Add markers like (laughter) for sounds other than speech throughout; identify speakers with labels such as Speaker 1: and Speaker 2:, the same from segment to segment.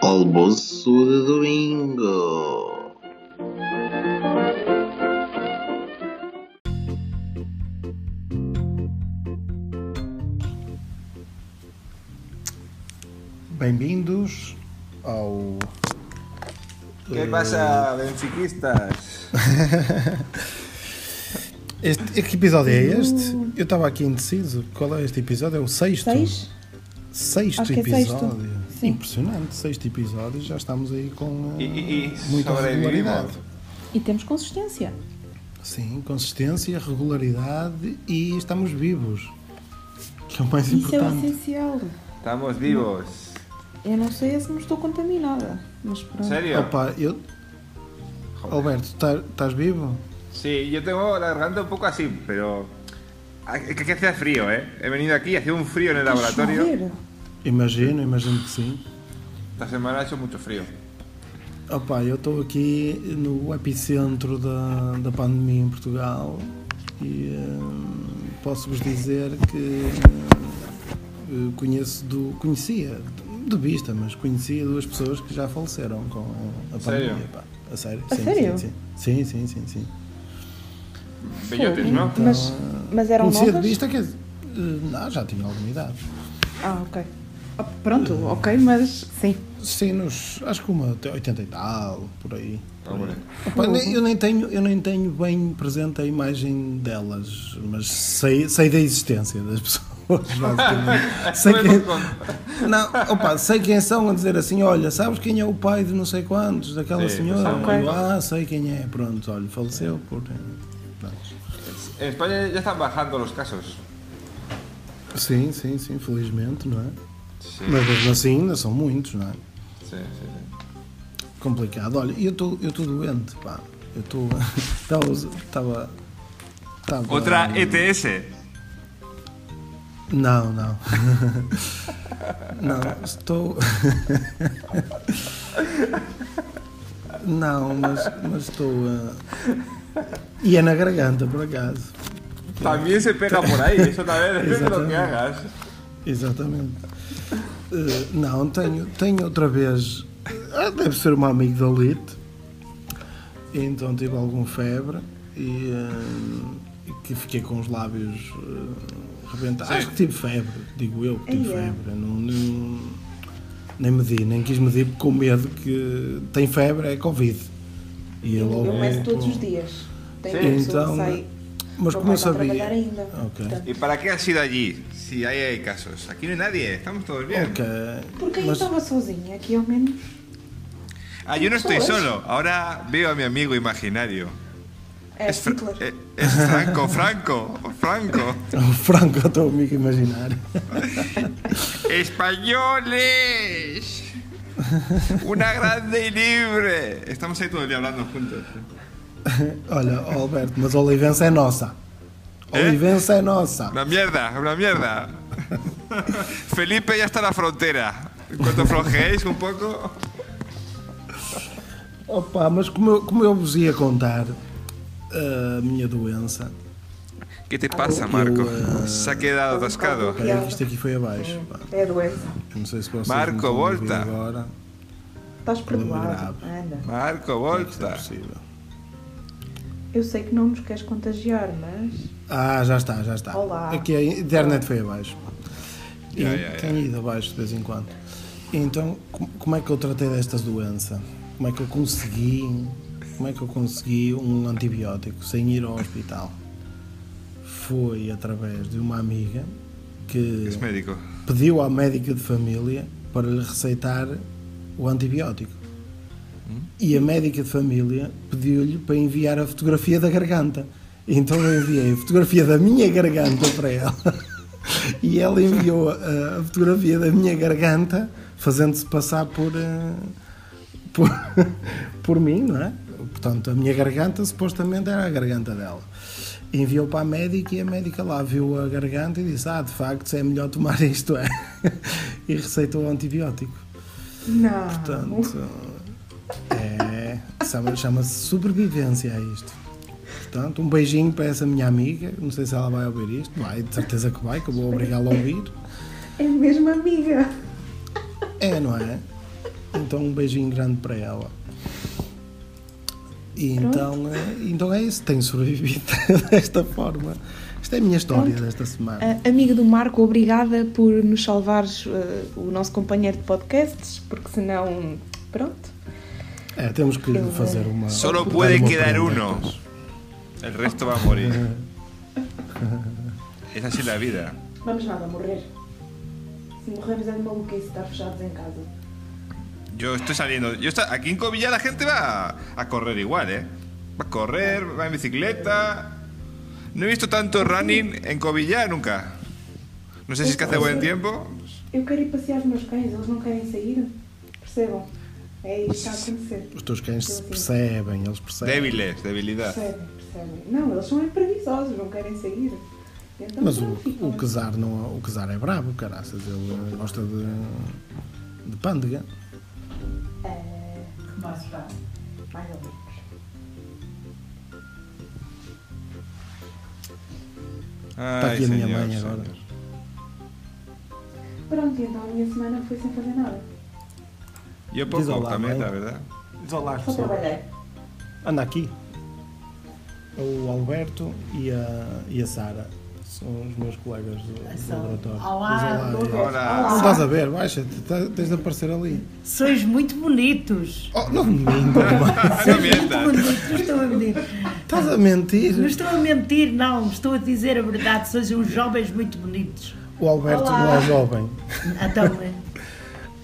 Speaker 1: almoço de domingo.
Speaker 2: Bem-vindos ao.
Speaker 3: ¿Qué pasa, benfiquistas?
Speaker 2: Este, que episódio é este? Eu estava aqui indeciso. Qual é este episódio? É o sexto?
Speaker 4: Seis?
Speaker 2: Sexto
Speaker 4: Acho que é sexto.
Speaker 2: episódio.
Speaker 4: Sim.
Speaker 2: Impressionante, sexto episódio. Já estamos aí com eh,
Speaker 3: E, e,
Speaker 2: (laughs)
Speaker 3: e
Speaker 2: muita
Speaker 3: sobrevivimos.
Speaker 2: regularidade.
Speaker 4: E temos consistência.
Speaker 2: Sim, consistência, regularidade e estamos vivos. Que é o mais
Speaker 4: Isso é o
Speaker 2: importante.
Speaker 4: essencial.
Speaker 3: Estamos vivos.
Speaker 4: Eu não sei se me estou contaminada, mas pronto.
Speaker 3: ¿En serio?
Speaker 2: Opa, eu. Alberto, tá- estás vivo?
Speaker 3: Sí, yo tengo la garganta un poco así, pero. Ah, Es que aquí hace frío, ¿eh? He venido aquí, hacía un frío en el
Speaker 4: Está a
Speaker 3: laboratorio.
Speaker 4: chover.
Speaker 2: Imagino, imagino que sim.
Speaker 3: Esta semana ha hecho mucho frío.
Speaker 2: Opa, eu estou aqui no epicentro da, da pandemia em Portugal e hum, posso-vos dizer que hum, conheço do, conhecia, de vista, mas conhecia duas pessoas que já faleceram com a
Speaker 3: Sério?
Speaker 2: pandemia. Pá. A sério?
Speaker 4: A
Speaker 2: sim,
Speaker 4: sério?
Speaker 2: sim, sim, sim, sim, sim.
Speaker 3: Bellotes, ¿no?
Speaker 4: Mas, mas um eram
Speaker 2: conhecia
Speaker 4: novas?
Speaker 2: de vista que não, já tinha alguma idade.
Speaker 4: Ah, ok. Ah, pronto, ok, mas sim.
Speaker 2: Sim, nos, acho que uma até 80 e tal, por aí.
Speaker 3: Ah, bueno.
Speaker 2: Pá, nem- eu, nem tenho, eu nem tenho bem presente a imagem delas, mas sei, sei da existência das (laughs) pessoas, basicamente. sei, quem, não, opa, sei quem são a dizer assim: olha, sabes quem é o pai de não sei quantos, daquela
Speaker 3: Sim,
Speaker 2: senhora?
Speaker 3: sabe.
Speaker 4: Ok.
Speaker 2: Eu, ah, sei quem é, pronto, olha, faleceu por. pronto.
Speaker 3: En España ya están bajando los casos.
Speaker 2: Sim, sim, sim, felizmente, não é?
Speaker 3: Sí,
Speaker 2: Mas mesmo assim ainda são muitos, não é?
Speaker 3: sí, sí. sí.
Speaker 2: complicado. Olha, eu estou eu tô doente, pá. Eu (laughs) estou. Estava. Estava.
Speaker 3: ETS.
Speaker 2: Não, não. não, estou. (laughs) não, mas mas estou. eh, E é na garganta, por acaso.
Speaker 3: También se pega por ahí, eso también depende de lo
Speaker 2: Exactamente.
Speaker 3: que hagas.
Speaker 2: Exatamente. Eh, não, tenho, tenho outra vez. ah, Deve ser uma amigdalite. Então tive alguma febre e eh, que fiquei com os lábios eh, rebentados. Acho que tive febre, digo eu que tive
Speaker 4: Ai, é.
Speaker 2: febre. Não, não- nem medi, nem quis medir porque com medo que tem febre é Covid. E eu logo. é
Speaker 4: Eu meço todos os dias. Tem
Speaker 3: Sim.
Speaker 4: uma pessoa
Speaker 2: Então,
Speaker 4: que sai.
Speaker 2: Mas
Speaker 4: para
Speaker 2: como eu
Speaker 4: voltar a trabalhar
Speaker 2: sabia.
Speaker 4: Ainda.
Speaker 2: Ok.
Speaker 3: ¿Y para qué has ido allí? Si ahí hay casos. Aquí no hay nadie, estamos todos bien.
Speaker 2: Ok.
Speaker 4: Porque eu
Speaker 2: É Mas-
Speaker 4: estava sozinha, aqui ao menos.
Speaker 3: Ah, yo no estoy
Speaker 4: Joder.
Speaker 3: solo. Ahora veo a mi amigo imaginario.
Speaker 4: É
Speaker 3: Fra- eh,
Speaker 4: Hitler.
Speaker 3: es Franco, Franco, Franco.
Speaker 2: (laughs) O Franco é o teu amigo imaginário.
Speaker 3: ¡Españoles! ¡Una grande y libre! Estamos ahí todo el día hablando juntos.
Speaker 2: (laughs) Olha, ó Alberto, mas a Olivença é nossa. A
Speaker 3: É?
Speaker 2: Olivença é nossa.
Speaker 3: ¡Una mierda, una mierda! Felipe ya está en la frontera. En cuanto flojeéis un poco.
Speaker 2: Opa, mas como eu, como eu vos ia contar eh, a minha doença.
Speaker 3: ¿Qué te pasa, Marco?
Speaker 2: Yo, eh,
Speaker 3: Se ha quedado atascado.
Speaker 4: Obrigada.
Speaker 2: Peraí, que isto aqui foi abaixo. pá.
Speaker 4: É doença.
Speaker 2: Eu não sei se vocês
Speaker 3: Marco, tá.
Speaker 2: me estão a ouvir
Speaker 3: volta.
Speaker 2: agora.
Speaker 4: Estás
Speaker 2: Problema
Speaker 4: perdoado.
Speaker 2: grave.
Speaker 4: Anda.
Speaker 3: Marco,
Speaker 2: Isto é
Speaker 3: volta.
Speaker 2: possível.
Speaker 4: Eu sei que não nos queres contagiar, mas.
Speaker 2: Ah, já está, já está.
Speaker 4: Olá.
Speaker 2: Aqui a internet foi abaixo. E
Speaker 3: Ya, ya, ya.
Speaker 2: tenho ido abaixo de vez em quando. Então, com- como é que eu tratei desta doença? Como é que eu consegui? Como é que eu consegui um antibiótico sem ir ao hospital? Foi através de uma amiga que
Speaker 3: Es médico.
Speaker 2: pediu à médica de família para lhe receitar o antibiótico. E a médica de família pediu-lhe para enviar a fotografia da garganta. Então eu enviei a fotografia da minha garganta para ela. (laughs) E ela enviou a, a fotografia da minha garganta, fazendo-se passar por, eh, por, (laughs) por mim, não é? Portanto, a minha garganta supostamente era a garganta dela. Enviou para a médica e a médica lá viu a garganta e disse: Ah, de facto, é melhor tomar isto, é? (laughs) E receitou o antibiótico.
Speaker 4: Não.
Speaker 2: Portanto, é, sabe, chama-se sobrevivência a isto. Portanto, um beijinho para essa minha amiga. Não sei se ela vai ouvir isto. Vai, de certeza que vai, que eu vou obrigá-la a ouvir.
Speaker 4: É mesmo amiga.
Speaker 2: É, não é? Então um beijinho grande para ela. E
Speaker 4: Pronto.
Speaker 2: então, eh, então é isso, tenho sobrevivido (laughs) desta forma. Esta é a minha história
Speaker 4: Pronto.
Speaker 2: desta semana.
Speaker 4: Ah, amigo do Marco, obrigada por nos salvares ah, o nosso companheiro de podcasts, porque senão. Pronto.
Speaker 2: É, temos que
Speaker 4: Eu-
Speaker 2: fazer uma.
Speaker 3: Solo
Speaker 2: dar
Speaker 3: puede
Speaker 2: uma
Speaker 3: quedar
Speaker 2: prenda.
Speaker 3: uno. El resto va a morir. Es así la vida.
Speaker 4: Vamos nada, morrer. Se morrermos é de maluquice estar fechados em casa.
Speaker 3: Yo estoy saliendo. Yo está, aquí en Covilla la gente va a correr igual, ¿eh? Va a correr, va en bicicleta. No he visto tanto running en Covilla nunca. No sé si es que hace buen tiempo.
Speaker 4: Eu quero ir passear os meus cães, eles não querem sair. Percebam? É isto que está a acontecer.
Speaker 2: Os teus cães se percebem, eles percebem.
Speaker 3: Débiles,
Speaker 2: É.
Speaker 3: debilidad.
Speaker 4: Percebem, percebem. Não, eles são imprevisosos, não querem sair. Então,
Speaker 2: Mas o,
Speaker 4: pronto, ficam
Speaker 2: o, Cesar não, o Cesar é brabo, caraças. Ele gosta de, de pândega.
Speaker 4: É, mais vá, mais ou menos.
Speaker 3: Ay,
Speaker 2: aquí en mi
Speaker 3: señor,
Speaker 2: amaña ahora.
Speaker 3: señor.
Speaker 4: Pronto, e então a minha semana foi sem fazer nada.
Speaker 3: Yo
Speaker 2: Diz
Speaker 3: poco
Speaker 2: olá,
Speaker 3: también,
Speaker 2: mãe.
Speaker 3: la verdad.
Speaker 2: Desolar,
Speaker 4: Só trabalhei.
Speaker 2: Anda aqui. É O Alberto e a, e a Sara. São os meus colegas do, do
Speaker 5: São.
Speaker 2: laboratório.
Speaker 5: Olá,
Speaker 2: Diz
Speaker 5: doutor.
Speaker 3: Hola.
Speaker 2: Não estás a ver, baixa-te, tá- tens de aparecer ali.
Speaker 5: Sois muito bonitos.
Speaker 2: Oh, não mintas, mãe.
Speaker 3: Ah, No
Speaker 5: Sois muito
Speaker 3: mientas.
Speaker 5: bonitos. Não estou a mentir.
Speaker 2: Estás a
Speaker 5: Não
Speaker 2: mentir.
Speaker 5: estou a mentir, não. Estou a dizer a verdade. Sois uns jovens muito bonitos.
Speaker 2: O Alberto
Speaker 4: Olá.
Speaker 2: não é jovem.
Speaker 5: Então, é.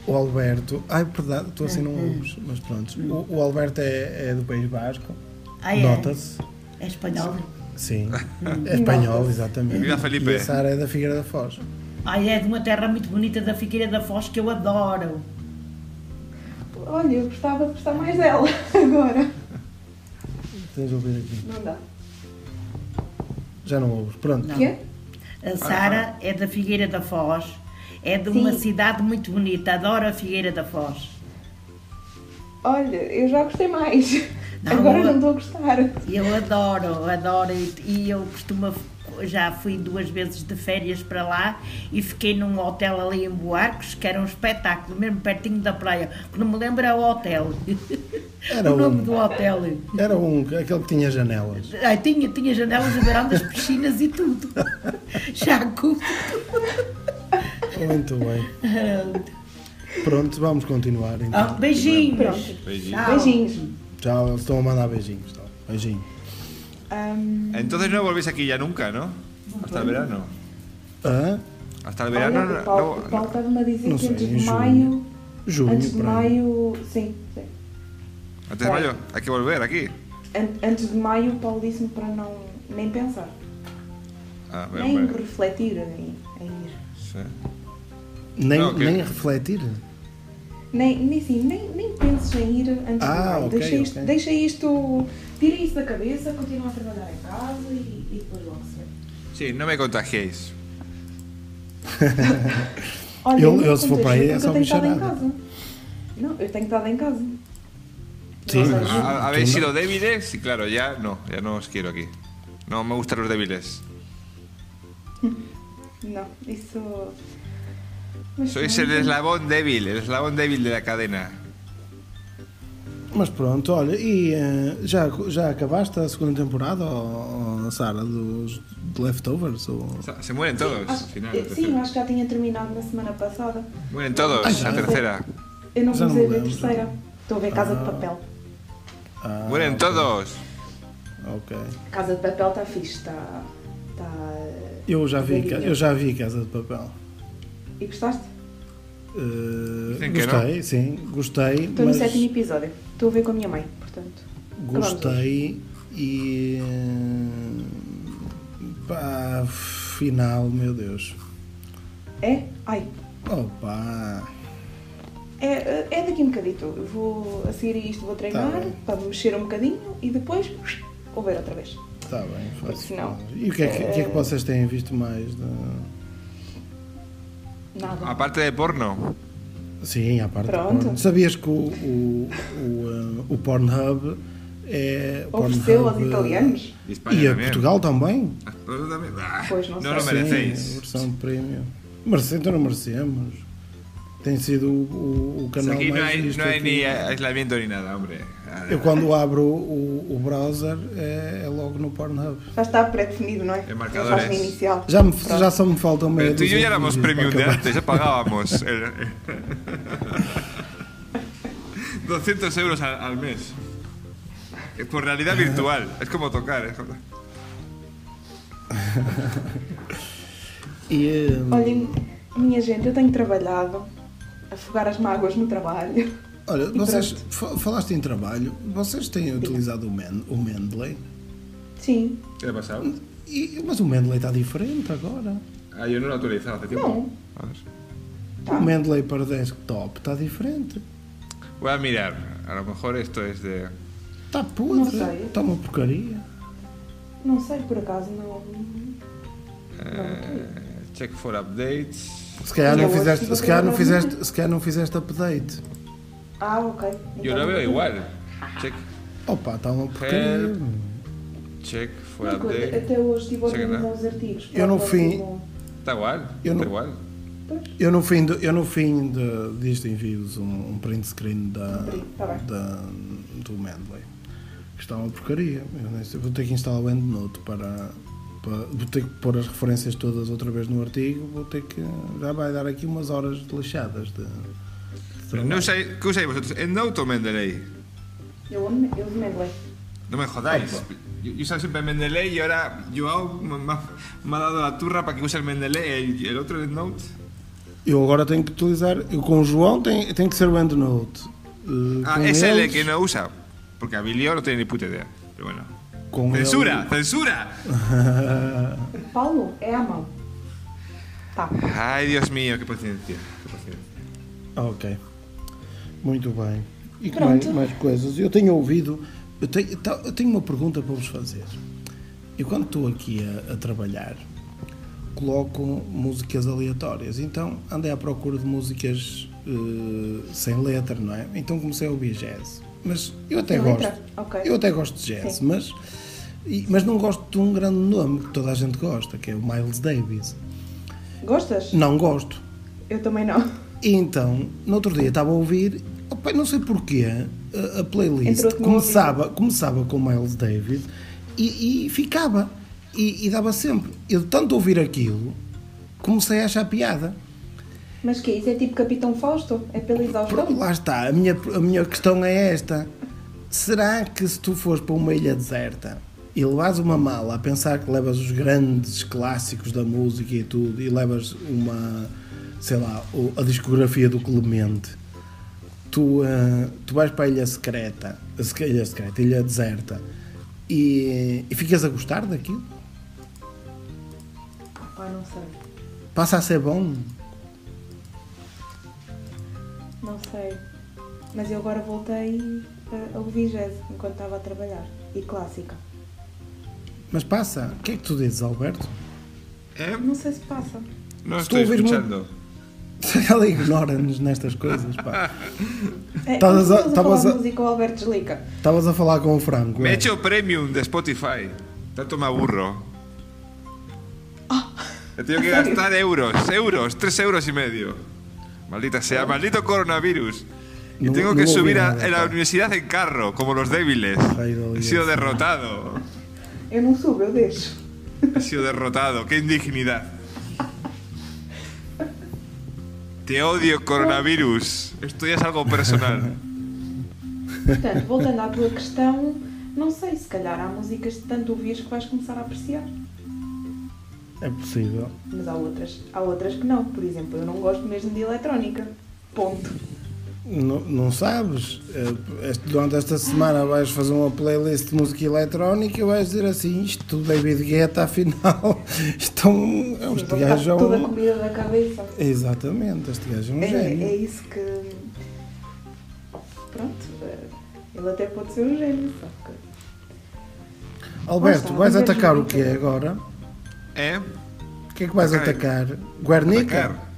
Speaker 2: O Alberto. Ai, perdão, estou assim não ouves, mas pronto. O, o Alberto é, é do País Basco.
Speaker 5: Ah, é?
Speaker 2: Nota-se.
Speaker 5: é espanhol.
Speaker 2: Sim. É espanhol, exatamente.
Speaker 3: Viva Felipe.
Speaker 2: E a Sara é da Figueira da Foz.
Speaker 5: Ah, é de uma terra muito bonita da Figueira da Foz que eu adoro.
Speaker 4: Olha, eu gostava de gostar mais dela agora.
Speaker 2: Tens de ouvir aqui.
Speaker 4: Não dá.
Speaker 2: Já não ouves. Pronto.
Speaker 5: Não.
Speaker 4: Quê?
Speaker 5: A Sara é da Figueira da Foz. É de uma
Speaker 4: Sim.
Speaker 5: cidade muito bonita. Adoro a Figueira da Foz.
Speaker 4: Olha, eu já gostei mais.
Speaker 5: Não,
Speaker 4: agora
Speaker 5: eu-
Speaker 4: não estou a gostar.
Speaker 5: Eu adoro, adoro e- e eu costumo já fui duas vezes de férias para lá e fiquei num hotel ali em Buarques que era um espetáculo, mesmo pertinho da praia, que não me lembro é o hotel.
Speaker 2: Era
Speaker 5: o nome
Speaker 2: um.
Speaker 5: do hotel.
Speaker 2: Era um, aquele que tinha janelas.
Speaker 5: Ai, tinha, tinha janelas, o verão das piscinas e tudo. (laughs) Chaco.
Speaker 2: Oh, Muito bem. Pronto, vamos continuar
Speaker 5: Ah,
Speaker 2: então.
Speaker 5: beijinhos.
Speaker 4: Pronto.
Speaker 3: Beijinhos.
Speaker 5: Tchau.
Speaker 4: Beijinhos.
Speaker 2: Tchau, eles estão a mandar beijinhos. Tchau. Beijinho.
Speaker 4: Ahm,
Speaker 3: Entonces no volvéis aquí ya nunca, ¿no? Hasta el verano.
Speaker 2: Hã?
Speaker 3: Hasta el verano.
Speaker 4: olha, o
Speaker 3: no-
Speaker 4: Paulo,
Speaker 3: no-
Speaker 4: o Paulo estava-me a dizer
Speaker 2: Não
Speaker 4: que
Speaker 2: sei,
Speaker 4: antes
Speaker 2: em
Speaker 4: de
Speaker 2: junho.
Speaker 4: maio.
Speaker 2: Junho,
Speaker 4: antes de
Speaker 2: por aí.
Speaker 4: maio. Sim, sim.
Speaker 3: Antes de mayo, hay que volver aquí.
Speaker 4: An- antes de maio, o Paulo disse-me para não nem pensar,
Speaker 3: Ah, bueno,
Speaker 4: nem
Speaker 3: bueno.
Speaker 4: refletir em, em ir.
Speaker 3: Sí.
Speaker 2: Nem,
Speaker 3: Ah, ok.
Speaker 2: nem refletir.
Speaker 4: Nem, nem, assim, nem, nem penses em ir antes de
Speaker 2: Ah,
Speaker 4: maio.
Speaker 2: ok,
Speaker 4: deixa, isto,
Speaker 2: ok.
Speaker 4: deixa isto. Tira isso da cabeça, continua a trabalhar em casa e, e depois logo se vê.
Speaker 3: Sí, no me contagiéis.
Speaker 4: Olha,
Speaker 2: Eu-
Speaker 4: nem
Speaker 2: eu se for para aí, é
Speaker 4: aconteceu
Speaker 2: só
Speaker 4: porque eu
Speaker 2: bicharada.
Speaker 4: tenho estado em casa. Não, eu tenho estado em casa.
Speaker 2: Sim,
Speaker 4: Não sei.
Speaker 2: mas-
Speaker 3: Ah,
Speaker 2: tú
Speaker 3: ¿Habéis
Speaker 2: no.
Speaker 3: sido débiles? Sí, claro, ya no, ya no os quiero aquí. No me gustan los débiles.
Speaker 4: Não, isso. Mas
Speaker 3: Sois
Speaker 4: pronto.
Speaker 3: el eslabón débil, el eslabón débil de la cadena.
Speaker 2: Mas pronto, olha, e eh, já, já acabaste a segunda temporada, ó, ó, Sara, dos Leftovers? Ou...
Speaker 3: O sea, Se mueren todos. al
Speaker 4: Acho-
Speaker 3: final, la
Speaker 4: sim,
Speaker 3: tercera.
Speaker 4: acho eh, que já tinha terminado na semana passada.
Speaker 3: mueren todos,
Speaker 2: Ah, ya.
Speaker 3: la tercera.
Speaker 4: Eu não
Speaker 2: Já não
Speaker 4: comecei a ver a
Speaker 2: lembro.
Speaker 4: terceira. Estou a ver Casa de Papel.
Speaker 2: Ah,
Speaker 3: Mueren todos.
Speaker 2: Ok.
Speaker 4: Casa de Papel está fixe, está. Tá...
Speaker 2: Eu já vi,
Speaker 4: Velhinha.
Speaker 2: Ca- eu já vi Casa de Papel.
Speaker 4: E gostaste?
Speaker 2: Eh,
Speaker 3: Dizem que
Speaker 2: gostei, sim, gostei,
Speaker 4: Estou
Speaker 2: mas
Speaker 4: no sétimo episódio. Estou a ver com a minha mãe, portanto.
Speaker 2: gostei e eh, pá, final, meu Deus.
Speaker 4: É? Ai.
Speaker 2: Opa!
Speaker 4: É, é daqui um bocadito. Eu Vou a seguir a isto, vou treinar
Speaker 2: Tá bem.
Speaker 4: para mexer um bocadinho e depois vou ver outra vez.
Speaker 2: Está tá bem, fácil.
Speaker 4: Não.
Speaker 2: E o que é que, o que é que vocês têm visto mais? da-
Speaker 4: Nada.
Speaker 3: Aparte de porno.
Speaker 2: Sim, à parte do
Speaker 4: Pronto.
Speaker 2: porno. Sabias que o, o, o, eh, o Pornhub é. o
Speaker 4: Ofereceu aos
Speaker 2: Pornhub, eh,
Speaker 4: italianos?
Speaker 3: Y España
Speaker 2: E a
Speaker 3: también. Ah,
Speaker 2: Portugal também?
Speaker 3: Vosotros también. Bah,
Speaker 4: Pues no
Speaker 3: no
Speaker 4: sé.
Speaker 3: lo
Speaker 2: Sim, a
Speaker 3: merecéis.
Speaker 2: versão premium. Merece, então não merecemos. Tem sido o, o- o
Speaker 3: Si
Speaker 2: canal
Speaker 3: Aquí no
Speaker 2: mais
Speaker 3: hay,
Speaker 2: visto
Speaker 3: no hay
Speaker 2: aqui.
Speaker 3: ni aislamiento ni nada, hombre. Nada.
Speaker 2: Eu quando abro o, o browser é, é logo no Pornhub.
Speaker 4: Já está pré-definido, não é?
Speaker 3: É
Speaker 4: Já
Speaker 3: marcadores.
Speaker 4: faz no inicial.
Speaker 2: Já, me, já só me faltam meia
Speaker 3: Pero tú y yo
Speaker 2: dúzia
Speaker 3: ya éramos
Speaker 2: de vídeos
Speaker 3: premium
Speaker 2: para
Speaker 3: de
Speaker 2: acabar.
Speaker 3: antes, ya pagábamos. (laughs) el- el- 200 euros al, al mes. Es Por realidad virtual, es como tocar. es como-
Speaker 2: E, hum,
Speaker 4: Olhem, minha gente, eu tenho trabalhado, afogar as mágoas no trabalho.
Speaker 2: olha,
Speaker 4: e
Speaker 2: vocês fa- falaste em trabalho, vocês têm utilizado o, man, o Mendeley,
Speaker 4: Sim,
Speaker 3: ¿Qué le ha pasado?
Speaker 2: E- mas o Mendeley está diferente agora.
Speaker 3: Ah, yo no lo he actualizado hace
Speaker 4: não.
Speaker 3: A ver.
Speaker 4: Tá.
Speaker 2: O Mendeley para desktop está diferente.
Speaker 3: Voy a mirar, a lo mejor esto es de.
Speaker 2: Está Tá
Speaker 4: Não
Speaker 2: podre,
Speaker 4: sei.
Speaker 2: está uma porcaria.
Speaker 4: Não sei, por acaso, não.
Speaker 3: eh, check for updates.
Speaker 2: Se calhar não
Speaker 4: Eu acho
Speaker 2: fizeste,
Speaker 4: que
Speaker 2: se calhar não
Speaker 4: agora-
Speaker 2: fizeste, se calhar não fizeste update.
Speaker 4: Ah, ok.
Speaker 3: Yo
Speaker 4: Então-
Speaker 3: lo veo igual. Check,
Speaker 2: Opa, está uma porcaria.
Speaker 3: Help. check for
Speaker 4: Uma coisa,
Speaker 3: update.
Speaker 4: até hoje estive a
Speaker 3: Sei que
Speaker 4: organizar
Speaker 3: não.
Speaker 4: os artigos.
Speaker 2: Eu não
Speaker 4: Pronto,
Speaker 2: fui-
Speaker 4: é bom.
Speaker 3: Está igual,
Speaker 2: Yo no-
Speaker 3: está igual.
Speaker 2: Eu no fim, de, eu no fim de, disto envio-vos um, um print screen da,
Speaker 4: print, tá bem.
Speaker 2: da- do Mendeley. Que está uma porcaria. Eu nem sei, vou ter que instalar o EndNote para, para- Vou ter que pôr as referências todas outra vez no artigo. Vou ter que. Já vai dar aqui umas horas de lixadas de. de trabalho.
Speaker 3: No usáis- ¿Qué usáis vosotros? ¿En Noto Mendeley?
Speaker 4: Eu amo eu de Mendeley.
Speaker 3: No me jodáis. Yo, yo usaba siempre Mendeley y ahora Joao me, me ha- me ha dado la turra para que use el Mendeley el, el otro EndNote.
Speaker 2: Eu agora tenho que utilizar. Eu com o João tem, tem que ser o EndNote. Eh,
Speaker 3: Ah,
Speaker 2: com
Speaker 3: es el
Speaker 2: eles-
Speaker 3: que no usa. Porque Abilio no tiene ni puta idea. Pero bueno.
Speaker 2: com
Speaker 3: ¡Censura! ¡Censura!
Speaker 2: (laughs)
Speaker 4: Paulo, é à mão. Tá.
Speaker 3: Ay, Dios mío, qué paciencia. Qué paciencia.
Speaker 2: Ah, Ok. Muito bem. E que mais,
Speaker 4: Pronto.
Speaker 2: mais coisas? Eu tenho ouvido. Eu tenho, tá- eu tenho uma pergunta para vos fazer. Eu, quando estou aqui a, a trabalhar, coloco músicas aleatórias. Então, andei à procura de músicas eh, sem letra, não é? Então, comecei a ouvir jazz. Mas eu até
Speaker 4: Sem
Speaker 2: gosto.
Speaker 4: letra? Ok.
Speaker 2: Eu até gosto de jazz,
Speaker 4: Sim.
Speaker 2: mas. e- Mas não gosto de um grande nome que toda a gente gosta, que é o Miles Davis.
Speaker 4: Gostas?
Speaker 2: Não gosto.
Speaker 4: Eu também não.
Speaker 2: E então, no outro dia estava a ouvir, opa, não sei porquê, a, a playlist
Speaker 4: Entrou-te no
Speaker 2: começava, começava com Miles Davis e, e ficava. E, e dava sempre. Eu de tanto ouvir aquilo, comecei a achar piada.
Speaker 4: Mas que é isso? É tipo Capitão Fausto? É pela exaustão?
Speaker 2: Pronto, lá está. A minha, a minha questão é esta. Será que se tu fores para uma ilha deserta e levas uma mala a pensar que levas os grandes clássicos da música e tudo e levas uma, sei lá, o- a discografia do Clemente, tu, ah, tu vais para a ilha secreta, a se- ilha secreta, ilha deserta e, e ficas a gostar daquilo?
Speaker 4: Ai, não sei.
Speaker 2: Passa a ser bom?
Speaker 4: Não sei. Mas eu agora voltei a- a ouvir jazz enquanto estava a trabalhar. E clássica.
Speaker 2: Mas passa. O que é que tu dizes, Alberto? (laughs)
Speaker 3: ¿Eh?
Speaker 4: Não sei se passa.
Speaker 3: No
Speaker 2: Estuvo
Speaker 3: estoy
Speaker 2: firme.
Speaker 3: escuchando.
Speaker 2: Ela ignora-nos nestas coisas, pá.
Speaker 4: É,
Speaker 2: Estavas Tá a-
Speaker 4: quando estás
Speaker 2: estavas
Speaker 4: falar
Speaker 2: a-
Speaker 4: música, o Alberto desliga.
Speaker 2: Estavas a falar com o Franco.
Speaker 3: Me he
Speaker 2: é?
Speaker 3: hecho premium de Spotify. Tanto me aburro. He tenido que gastar euros, euros, tres euros y medio. Maldita sea, maldito coronavirus. Y
Speaker 2: No-
Speaker 3: tengo
Speaker 2: no
Speaker 3: que
Speaker 2: hubo
Speaker 3: subir a,
Speaker 2: nada,
Speaker 3: a la
Speaker 2: pa.
Speaker 3: universidad en carro, como los débiles.
Speaker 2: Ay, no,
Speaker 3: He
Speaker 2: Dios.
Speaker 3: sido derrotado.
Speaker 4: Eu não subo, eu deixo.
Speaker 3: He sido derrotado. Qué indignidad. Te odio, coronavirus. Esto ya es algo personal.
Speaker 4: Portanto, voltando à tua questão, não sei, se calhar há músicas de tanto ouvires que vais começar a apreciar.
Speaker 2: É possível.
Speaker 4: Mas há outras, há outras que não. Por exemplo, eu não gosto mesmo de eletrónica. Ponto.
Speaker 2: Não, não sabes? Eh, este- Durante esta semana vais fazer uma playlist de música eletrónica e vais dizer assim: isto do David Guetta, afinal, (laughs) isto é um- é um-
Speaker 4: Sim,
Speaker 2: este
Speaker 4: vou ficar
Speaker 2: gajo é
Speaker 4: toda a
Speaker 2: um.
Speaker 4: comida da cabeça.
Speaker 2: Exatamente, este gajo é um
Speaker 4: É, é
Speaker 2: gênio.
Speaker 4: isso que. Pronto. eh, Ele até pode ser um gênio, só que.
Speaker 2: Alberto,
Speaker 4: Basta,
Speaker 2: vais
Speaker 4: não vejo
Speaker 2: atacar o
Speaker 4: nunca.
Speaker 2: que é agora?
Speaker 3: ¿Eh?
Speaker 2: O que é que vais
Speaker 3: Atacar.
Speaker 2: atacar? Guernica?
Speaker 3: Sacar.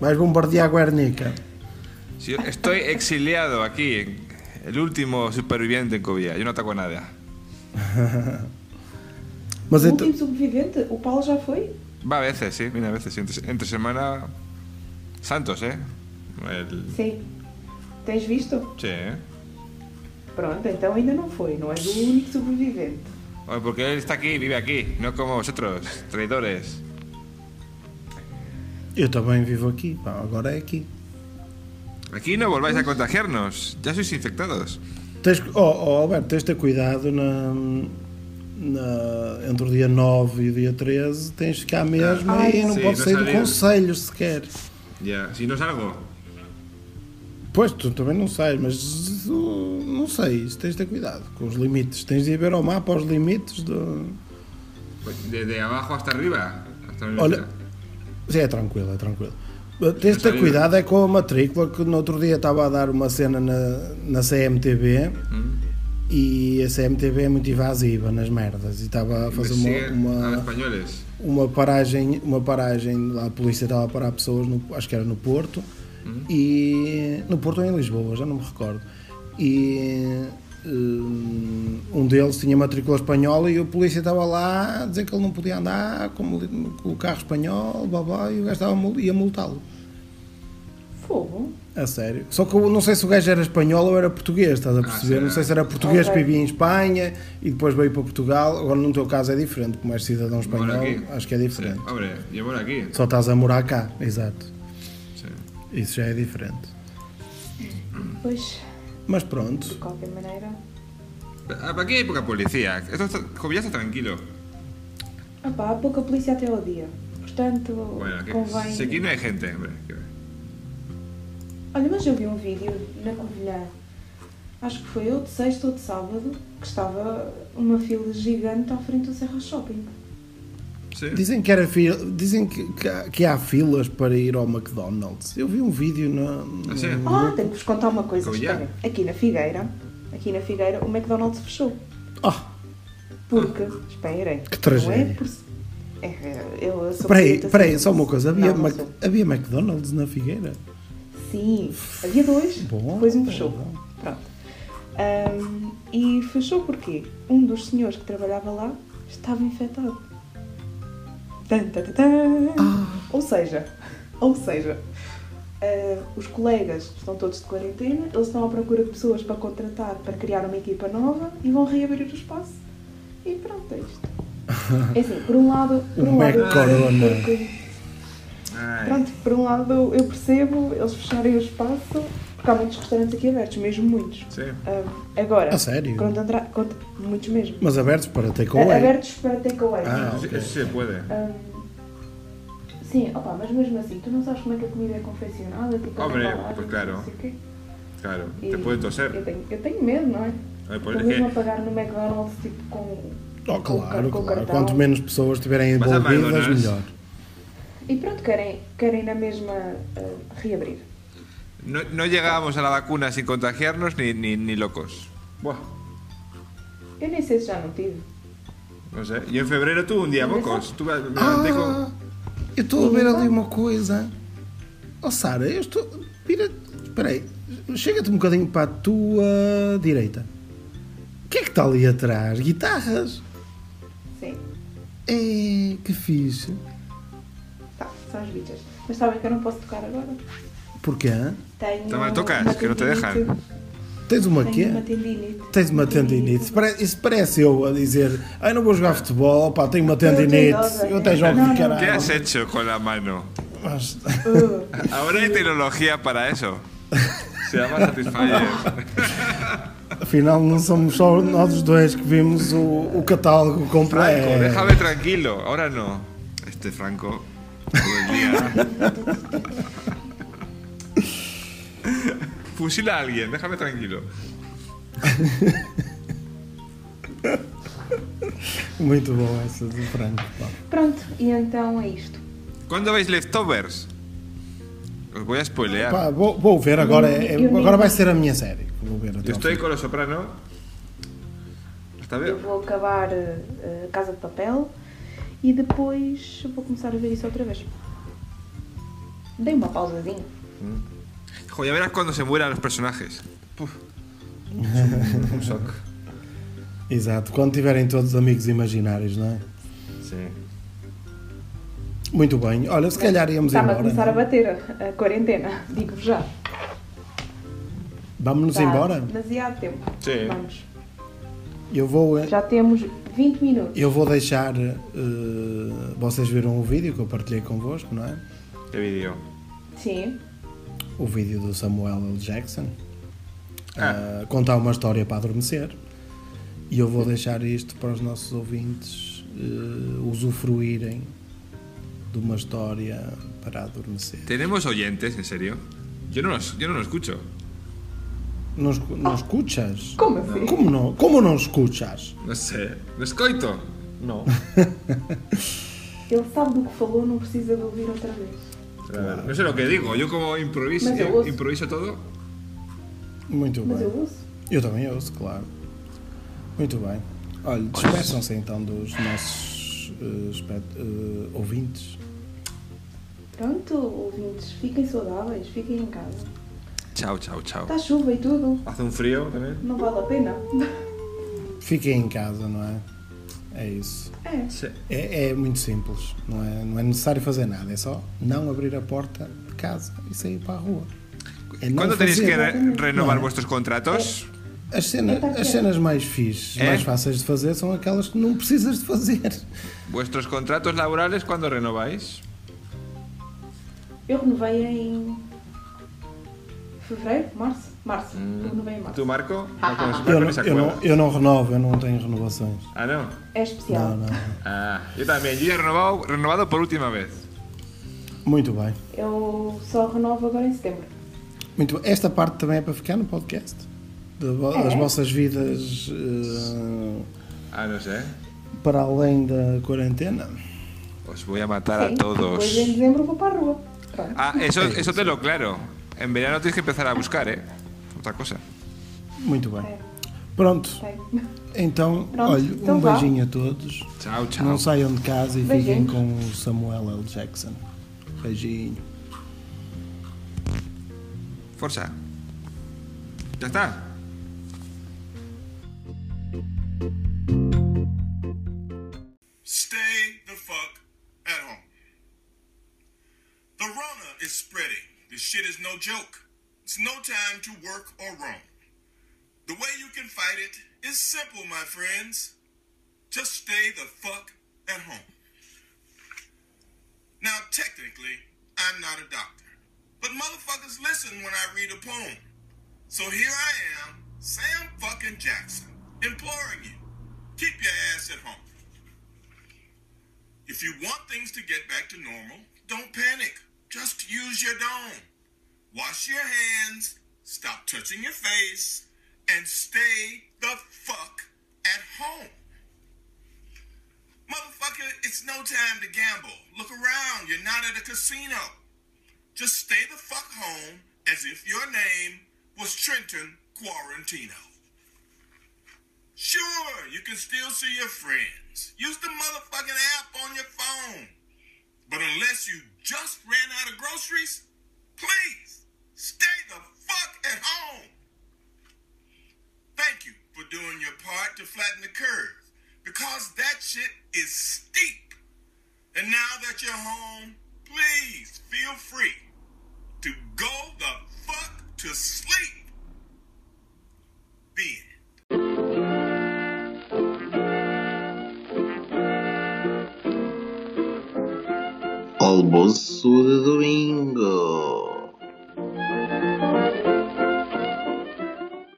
Speaker 2: Vais bombardear Guernica?
Speaker 3: Si yo estoy exiliado aquí, en- el último superviviente en Covilla. Yo no ataco a nadie.
Speaker 2: Mas
Speaker 4: o
Speaker 2: então.
Speaker 4: último sobrevivente, o Paulo já foi?
Speaker 3: Va a veces, sí, viene a veces. sí. Entre, entre semana Santos, ¿eh? El-
Speaker 4: Sim. Tens visto?
Speaker 3: Sí, ¿eh?
Speaker 4: Pronto, então ainda não foi, não és o único sobrevivente.
Speaker 3: Oye, porque él está aquí, vive aquí, no como vosotros, traidores.
Speaker 2: Eu também vivo aqui, pá, agora é aqui.
Speaker 3: Aquí no volváis a contagiarnos, ya sois infectados.
Speaker 2: Tens, que- oh, oh, Alberto, tens de ter cuidado na, na- entre o dia 9 e o dia 13. Tens de ficar mesmo
Speaker 4: Ah,
Speaker 2: e não
Speaker 3: sim,
Speaker 2: podes
Speaker 3: não
Speaker 2: sair do
Speaker 3: sair.
Speaker 2: conselho sequer.
Speaker 3: Ya, si no salgo.
Speaker 2: Pois, tu também não sais, mas uh, não sei. Isso tens de ter cuidado com os limites. Tens de ir ver ao mapa os limites do.
Speaker 3: Pues desde abajo hasta arriba. Hasta la
Speaker 2: Olha-
Speaker 3: universidad.
Speaker 2: Sim, é tranquilo, é tranquilo. Uh, Tens de ter
Speaker 3: Mas aí-
Speaker 2: cuidado é com a matrícula, que no outro dia estava a dar uma cena na, na CMTV
Speaker 3: Uhum.
Speaker 2: e a CMTV é muito invasiva nas merdas e estava a fazer uma,
Speaker 3: Persiguen a los
Speaker 2: uma,
Speaker 3: españoles.
Speaker 2: uma paragem, uma paragem lá a polícia estava a parar pessoas, no, acho que era no Porto e no Porto ou em Lisboa, já não me recordo e hum, um deles tinha matrícula espanhola e o polícia estava lá a dizer que ele não podia andar com, com o carro espanhol blá, blá, e o gajo estava, a mul- ia multá-lo
Speaker 4: Fogo.
Speaker 2: a sério. Só que eu não sei se o gajo era espanhol ou era português, estás a perceber?
Speaker 3: será?
Speaker 2: não sei se era português
Speaker 4: Ok.
Speaker 2: que vivia em Espanha e depois veio para Portugal. Agora, no teu caso, é diferente. Como és cidadão
Speaker 3: Mora
Speaker 2: espanhol,
Speaker 3: aqui.
Speaker 2: acho que é
Speaker 3: Sí,
Speaker 2: diferente.
Speaker 3: hombre, yo por aquí.
Speaker 2: Só estás a morar cá, exato.
Speaker 3: Sí.
Speaker 2: Isso já é diferente.
Speaker 4: Pois,
Speaker 2: Mas
Speaker 4: de
Speaker 2: pronto,
Speaker 4: qualquer maneira.
Speaker 3: Ah, pero Aquí hay poca policía. Esto está, Jovilla está tranquilo.
Speaker 4: Ah pá, há pouca polícia até ao dia. Portanto,
Speaker 3: Bueno, aquí,
Speaker 4: convém.
Speaker 3: si aquí no hay gente, hombre.
Speaker 4: Olha, mas eu vi um vídeo na Covilhã, acho que foi ou de sexta ou de sábado, que estava uma fila gigante à frente do Serra Shopping.
Speaker 3: Sí.
Speaker 2: dizem que, era fi- dizem que, que, há- que há filas para ir ao McDonald's. Eu vi um vídeo na.
Speaker 3: Ah, sim?
Speaker 2: na-
Speaker 4: Ah, tenho que vos contar uma coisa.
Speaker 3: Covilhã?
Speaker 4: Esperem, aqui na Figueira, aqui na Figueira, o McDonald's fechou.
Speaker 2: Oh,
Speaker 4: Porque, esperem,
Speaker 2: Que tragédia.
Speaker 4: não é por... É, é, eu sou
Speaker 2: peraí,
Speaker 4: produto-
Speaker 2: peraí, só uma coisa. Havia,
Speaker 4: Não, não
Speaker 2: Mac-
Speaker 4: sou.
Speaker 2: havia McDonald's na Figueira?
Speaker 4: Sim, havia dois,
Speaker 2: Bom,
Speaker 4: depois um
Speaker 2: bom,
Speaker 4: fechou.
Speaker 2: bom.
Speaker 4: Pronto. Ahm, e fechou porquê? Um dos senhores que trabalhava lá estava infectado. Tan, tan, tan, tan. Ou seja, (laughs) ou seja, ah, os colegas estão todos de quarentena, eles estão à procura de pessoas para contratar, para criar uma equipa nova e vão reabrir o espaço. E pronto, é isto. É assim, por um lado, por
Speaker 2: O
Speaker 4: um lado, eu percebo
Speaker 2: Mac-corona.
Speaker 4: porque-
Speaker 2: É.
Speaker 3: Ay.
Speaker 4: Pronto, por um lado eu percebo eles fecharem o espaço, porque há muitos restaurantes aqui abertos, mesmo muitos.
Speaker 3: Sí.
Speaker 4: Ah, agora,
Speaker 2: A sério?
Speaker 4: quando entrar, quando- muitos mesmo.
Speaker 2: Mas abertos para
Speaker 4: A-
Speaker 2: takeaway.
Speaker 4: Abertos para takeaway.
Speaker 2: Ah,
Speaker 3: Eso sí-
Speaker 2: ok.
Speaker 3: eso sí se puede.
Speaker 4: Ah, sim, opa, mas mesmo assim, tu não sabes como é que a comida é confeccionada, tipo,
Speaker 3: Hombre,
Speaker 4: a embalagem,
Speaker 3: pues claro.
Speaker 4: não sei o quê.
Speaker 3: Claro.
Speaker 4: E
Speaker 3: Te pueden
Speaker 4: Eu
Speaker 3: toser.
Speaker 4: tenho, eu tenho medo, não é?
Speaker 2: Ah,
Speaker 3: Ay,
Speaker 4: Estou
Speaker 3: pues es
Speaker 4: mesmo a
Speaker 3: que-
Speaker 4: pagar no McDonald's, tipo, com...
Speaker 2: Oh,
Speaker 4: com o
Speaker 2: claro,
Speaker 4: car- com o
Speaker 2: claro.
Speaker 4: cartão.
Speaker 2: Quanto menos pessoas estiverem
Speaker 3: Mas é há
Speaker 2: envolvidas,
Speaker 3: McDonald's?
Speaker 2: melhor.
Speaker 4: E pronto, querem, querem na mesma ah, reabrir.
Speaker 3: no, no llegábamos a la vacuna sin contagiarnos ni, ni, ni locos. Buah.
Speaker 4: Eu nem sei se já não tive.
Speaker 3: No sé. Yo en febrero tuve un día pocos. Tuve, me levanté
Speaker 2: Ah,
Speaker 3: con-
Speaker 2: eu estou a ver ali uma coisa. Oh, Sara, eu estou. Pira... Espera aí, chega-te um bocadinho para a tua direita. O que é que está ali atrás? Guitarras?
Speaker 4: Sim.
Speaker 2: É, que fixe.
Speaker 4: Tá, são as bichas. Mas sabem que eu não posso tocar agora.
Speaker 2: Porquê?
Speaker 4: Tenho.
Speaker 3: Também tocas,
Speaker 4: uma
Speaker 3: que não te
Speaker 4: tendinite.
Speaker 3: deixam.
Speaker 2: Tens uma quê?
Speaker 4: Tenho um uma tendinite.
Speaker 2: Tens uma tendinite. Isso parece, isso parece eu a dizer, ai não vou jogar futebol, pá, tenho uma tendinite,
Speaker 4: idosa,
Speaker 2: eu
Speaker 4: né?
Speaker 2: tenho jogo
Speaker 4: Não,
Speaker 2: de
Speaker 4: não.
Speaker 3: Ah. ¿Qué has
Speaker 2: caralho.
Speaker 3: hecho con la mano? (laughs)
Speaker 2: Mas- (laughs)
Speaker 4: Uh,
Speaker 3: Ahora hay tecnología para eso. Se llama (laughs) Satisfyer.
Speaker 2: Afinal, não somos só nós os dois que vimos o, o catálogo completo.
Speaker 3: Franco, déjame tranquilo. Ahora no. Este Franco. todo el (laughs) día. Fusila a alguien, déjame tranquilo.
Speaker 2: Muito bom essa do Franco. pá.
Speaker 4: pronto, e então é isto.
Speaker 3: ¿Cuándo veis Leftovers? Os voy a spoilear.
Speaker 2: Pá, vou, vou ver agora, é-
Speaker 4: Eu nem-
Speaker 2: agora vai ser a minha série. que Vou ver até
Speaker 3: Yo
Speaker 2: ao
Speaker 3: estoy
Speaker 2: fim.
Speaker 3: con los soprano. Hasta
Speaker 4: Eu
Speaker 3: veo.
Speaker 4: vou acabar eh, eh, Casa de Papel e depois vou começar a ver isso outra vez. Dei uma pausazinha.
Speaker 3: Jo, ya verás cuando se mueran los personajes. (laughs) Puf. Un shock.
Speaker 2: Exato, quando tiverem todos amigos imaginários, não é?
Speaker 3: Sí.
Speaker 2: Muito bem. Olha, se calhar íamos
Speaker 4: Está-me a
Speaker 2: embora.
Speaker 4: começar a
Speaker 2: não é?
Speaker 4: bater a, a quarentena, digo-vos já.
Speaker 2: Vamos-nos
Speaker 4: Está
Speaker 2: embora?
Speaker 4: demasiado tempo.
Speaker 3: Sim.
Speaker 4: Vamos.
Speaker 2: Eu vou,
Speaker 4: Já temos 20 minutos.
Speaker 2: eu vou deixar. eh, vocês viram o vídeo que eu partilhei convosco, não é?
Speaker 3: Que vídeo.
Speaker 4: Sim.
Speaker 2: O vídeo do Samuel L. Jackson. a contar uma história para adormecer. E eu vou deixar isto para os nossos ouvintes eh, usufruírem de uma história para adormecer.
Speaker 3: ¿Tenemos oyentes, en serio? Yo no los- yo no lo escucho.
Speaker 2: Não, escu- não escuchas?
Speaker 4: Como assim?
Speaker 2: Como não, como não escuchas?
Speaker 3: No sé. ¿No escoito? No.
Speaker 4: Ele sabe do que falou, não precisa de ouvir outra vez.
Speaker 3: No sé lo que digo. Yo como improviso,
Speaker 4: Mas eu ouço.
Speaker 3: improviso todo.
Speaker 2: Muito
Speaker 4: Mas
Speaker 2: bem.
Speaker 4: eu uso.
Speaker 2: Eu também ouço, claro. Muito bem. Olha, despeçam-se então dos nossos eh, espect- eh, ouvintes.
Speaker 4: Pronto, ouvintes, fiquem saudáveis, fiquem em casa.
Speaker 3: Chao, chao, chao.
Speaker 4: Está chuva e tudo,
Speaker 3: Hace un frío también.
Speaker 4: não vale a pena. (laughs)
Speaker 2: Fiquem em casa, não é? É isso.
Speaker 4: É,
Speaker 3: Sí.
Speaker 2: É, é muito simples. Não é, não é necessário fazer nada. É só não abrir a porta de casa e sair para a rua. É não
Speaker 3: ¿Cuándo tenéis
Speaker 2: fazer.
Speaker 3: que re- renovar
Speaker 2: Não.
Speaker 3: vuestros contratos?
Speaker 2: As cenas, as cenas mais fixes,
Speaker 3: É?
Speaker 2: mais fáceis de fazer, são aquelas que não precisas de fazer.
Speaker 3: ¿Vuestros contratos laborales cuándo renováis?
Speaker 4: eu renovei em. fevereiro? Março? Março. Eu renovei em março.
Speaker 3: ¿Tú, Marco? Marco no- Marco
Speaker 2: Eu
Speaker 3: ah, no
Speaker 2: não,
Speaker 3: se
Speaker 2: eu,
Speaker 3: acuerda.
Speaker 2: não, eu não renovo, eu não tenho renovações.
Speaker 3: Ah, no.
Speaker 4: É
Speaker 2: Não,
Speaker 4: especial.
Speaker 2: não. não.
Speaker 3: Ah, yo también. Yo ya he renovado, renovado por última vez.
Speaker 2: Muito bem.
Speaker 4: Eu só renovo agora em setembro.
Speaker 2: Muito bem. Esta parte também é para ficar no podcast. De vo-
Speaker 4: É?
Speaker 2: Das vossas vidas eh,
Speaker 3: Ah, no sé.
Speaker 2: para além da quarentena.
Speaker 3: Os voy a matar a
Speaker 4: Sim.
Speaker 3: todos.
Speaker 4: Depois em dezembro vou para a rua. Pronto.
Speaker 3: então Ah, eso, eso te lo claro. En verano tienes que empezar a buscar, ¿eh? Otra cosa.
Speaker 2: Muito bem.
Speaker 4: É,
Speaker 2: Pronto.
Speaker 4: tem.
Speaker 2: Então,
Speaker 4: Pronto,
Speaker 2: olha,
Speaker 4: então
Speaker 2: um
Speaker 4: vá.
Speaker 2: beijinho a todos.
Speaker 3: Chao,
Speaker 2: Não
Speaker 3: chao.
Speaker 2: saiam de casa e fiquem
Speaker 4: Beijinhos.
Speaker 2: com o Samuel L. Jackson. Beijinho.
Speaker 3: Forza. Ya está.
Speaker 6: Stay the fuck at home. The Rona is spreading. This shit is no joke. It's no time to work or roam. The way you can fight it is simple, my friends. Just stay the fuck at home. Now, technically, I'm not a doctor, but motherfuckers listen when I read a poem. So here I am, Sam fucking Jackson, imploring you keep your ass at home. If you want things to get back to normal, don't panic. Just use your dome. Wash your hands, stop touching your face, and stay the fuck at home. Motherfucker, it's no time to gamble. Look around, you're not at a casino. Just stay the fuck home as if your name was Trenton Quarantino. Sure, you can still see your friends. Use the motherfucking app on your phone. But unless you just ran out of groceries, please stay the fuck at home. Thank you for doing your part to flatten the curve because that shit is steep. And now that you're home, please feel free to go the fuck to sleep. Be it.
Speaker 1: Almoço de domingo.